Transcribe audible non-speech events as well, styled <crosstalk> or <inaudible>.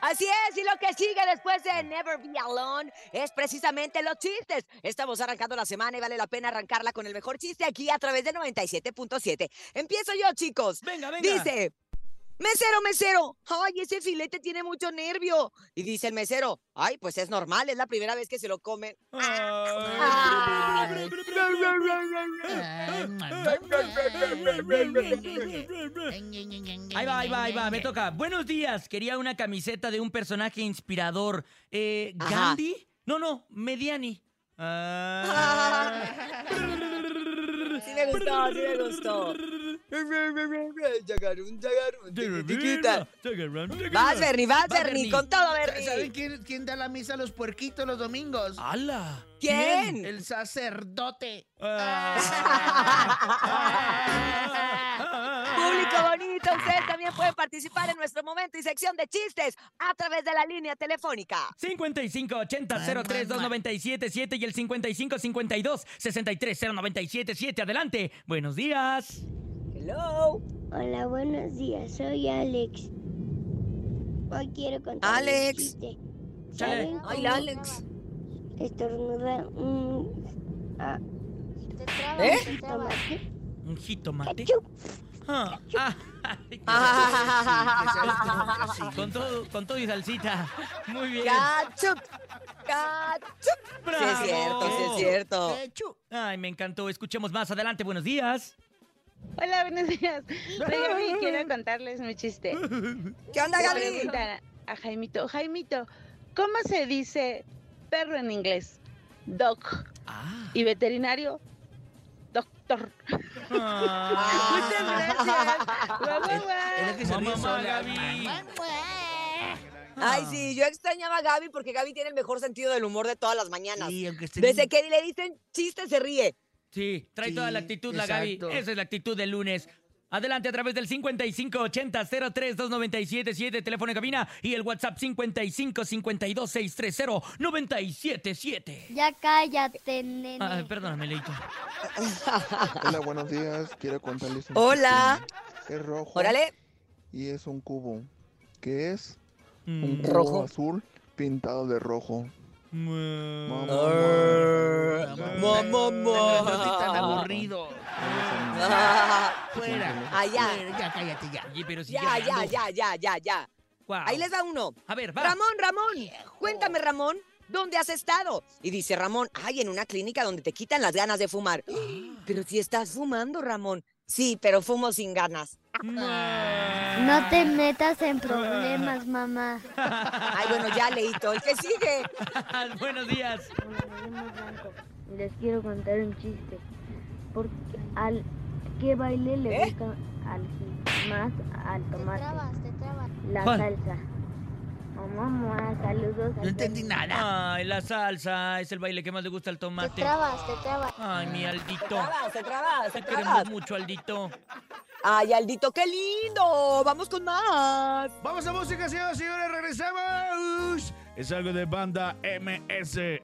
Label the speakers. Speaker 1: Así es, y lo que sigue después de Never Be Alone es precisamente los chistes. Estamos arrancando la semana y vale la pena arrancarla con el mejor chiste aquí a través de 97.7. Empiezo yo, chicos.
Speaker 2: Venga, venga.
Speaker 1: Dice, mesero, mesero, ay, ese filete tiene mucho nervio. Y dice el mesero, ay, pues es normal, es la primera vez que se lo comen.
Speaker 2: <laughs> Ay. Ahí va, ahí va, ahí va, me toca. Buenos días, quería una camiseta de un personaje inspirador. Eh,
Speaker 1: Ajá.
Speaker 2: ¿Gandhi? No, no, Mediani. Ah.
Speaker 1: Sí me gustó, sí me
Speaker 2: <laughs>
Speaker 1: gustó.
Speaker 3: Yagarun, yagarun, tiquitiquita.
Speaker 1: Vas, Bernie, vas,
Speaker 2: Va,
Speaker 1: Bernie,
Speaker 2: Bernie.
Speaker 1: con todo,
Speaker 3: ¿Saben
Speaker 1: Bernie.
Speaker 3: quién, quién da la misa a los puerquitos los domingos?
Speaker 2: ¡Hala!
Speaker 1: ¿Quién?
Speaker 3: El sacerdote.
Speaker 1: <laughs>
Speaker 2: Ah.
Speaker 1: <laughs> Público bonito, ustedes también pueden participar en nuestro momento y sección de chistes a través de la línea telefónica.
Speaker 2: 5580-032977 y el 5552-630977. Adelante. Buenos días.
Speaker 1: Hello.
Speaker 4: Hola, buenos días. Soy Alex. Hoy quiero contar
Speaker 1: Alex.
Speaker 4: un chiste.
Speaker 2: Chale.
Speaker 4: ¿Saben
Speaker 1: Ay,
Speaker 4: cómo
Speaker 1: <laughs> Alex.
Speaker 4: Estornuda un ah,
Speaker 1: ¿Eh?
Speaker 4: un tomate.
Speaker 2: Un jitomate.
Speaker 4: Cachup.
Speaker 2: Ah, ah, ay,
Speaker 1: Ah, Cachup,
Speaker 2: con todo, con todo y salsita. Muy bien.
Speaker 1: cachup. Sí es
Speaker 2: Bravo.
Speaker 1: cierto, sí es cierto.
Speaker 2: Ay, me encantó. Escuchemos más adelante. Buenos días.
Speaker 5: Hola, buenos días. Soy Gaby y quiero contarles mi chiste.
Speaker 1: ¿Qué onda,
Speaker 5: Le
Speaker 1: Gaby?
Speaker 5: preguntan a Jaimito, Jaimito, ¿cómo se dice perro en inglés? Doc.
Speaker 2: Ah.
Speaker 5: ¿Y veterinario? Doctor.
Speaker 1: Ah.
Speaker 5: Muchas gracias. Guau, guau, guau.
Speaker 3: que se ríe
Speaker 2: Mamá,
Speaker 3: sola.
Speaker 2: Gaby.
Speaker 1: Ay, sí, yo extrañaba a Gaby porque Gaby tiene el mejor sentido del humor de todas las mañanas.
Speaker 3: Sí, aunque esté
Speaker 1: Desde
Speaker 3: bien-
Speaker 1: que le dicen chiste se ríe.
Speaker 2: Sí, trae
Speaker 3: Sí,
Speaker 2: toda la actitud la Gaby.
Speaker 3: exacto.
Speaker 2: Esa es la actitud del lunes. Adelante a través del 5580-032977, teléfono en cabina y el WhatsApp 5552-630-977.
Speaker 6: Ya cállate, nene.
Speaker 2: Ay, perdóname, Leito.
Speaker 7: Hola, buenos días. Quiero contarles un
Speaker 1: Hola.
Speaker 7: chiste. Es rojo
Speaker 1: Órale.
Speaker 7: y es un cubo. que es? Un
Speaker 2: Mm.
Speaker 7: cubo
Speaker 1: Rojo.
Speaker 7: azul pintado de rojo. Mamá,
Speaker 2: Mm.
Speaker 7: mamá.
Speaker 1: Mamá,
Speaker 3: No soy
Speaker 2: Ah.
Speaker 3: tan aburrido. Fuera.
Speaker 1: Allá.
Speaker 3: Fuera, Ya, cállate ya.
Speaker 2: Oye, pero si
Speaker 1: Ya, ya, ya, ya, ya, ya. Ahí les va uno.
Speaker 2: A ver, va.
Speaker 1: Ramón, Ramón, cuéntame, Ramón, ¿dónde has estado? Y dice Ramón, ay, en una clínica donde te quitan las ganas de
Speaker 2: <gasps>
Speaker 1: fumar.
Speaker 2: Ah.
Speaker 1: Pero si estás fumando, Ramón. Sí, pero fumo sin ganas.
Speaker 2: Mm.
Speaker 6: No te metas en problemas, mamá.
Speaker 1: Ay, bueno, ya leíto. El que sigue.
Speaker 2: <laughs> Buenos días.
Speaker 6: Les quiero contar un chiste. Porque al qué baile le
Speaker 1: ¿Eh?
Speaker 6: gusta al más al tomate
Speaker 4: te trabas.
Speaker 6: la
Speaker 2: ¿Cuál?
Speaker 6: salsa. Mamá, mamá, saludos.
Speaker 3: No entendí nada.
Speaker 2: Ay, la salsa es el baile que más le gusta al tomate.
Speaker 4: te trabas.
Speaker 2: Ay, mi Aldito.
Speaker 1: Trabas, se trabas, se
Speaker 2: Te queremos
Speaker 1: trabas.
Speaker 2: mucho, Aldito.
Speaker 1: Ay, Aldito, qué lindo. Vamos con más.
Speaker 3: Vamos a música, señoras y señores, regresamos.
Speaker 8: Es algo de banda MS.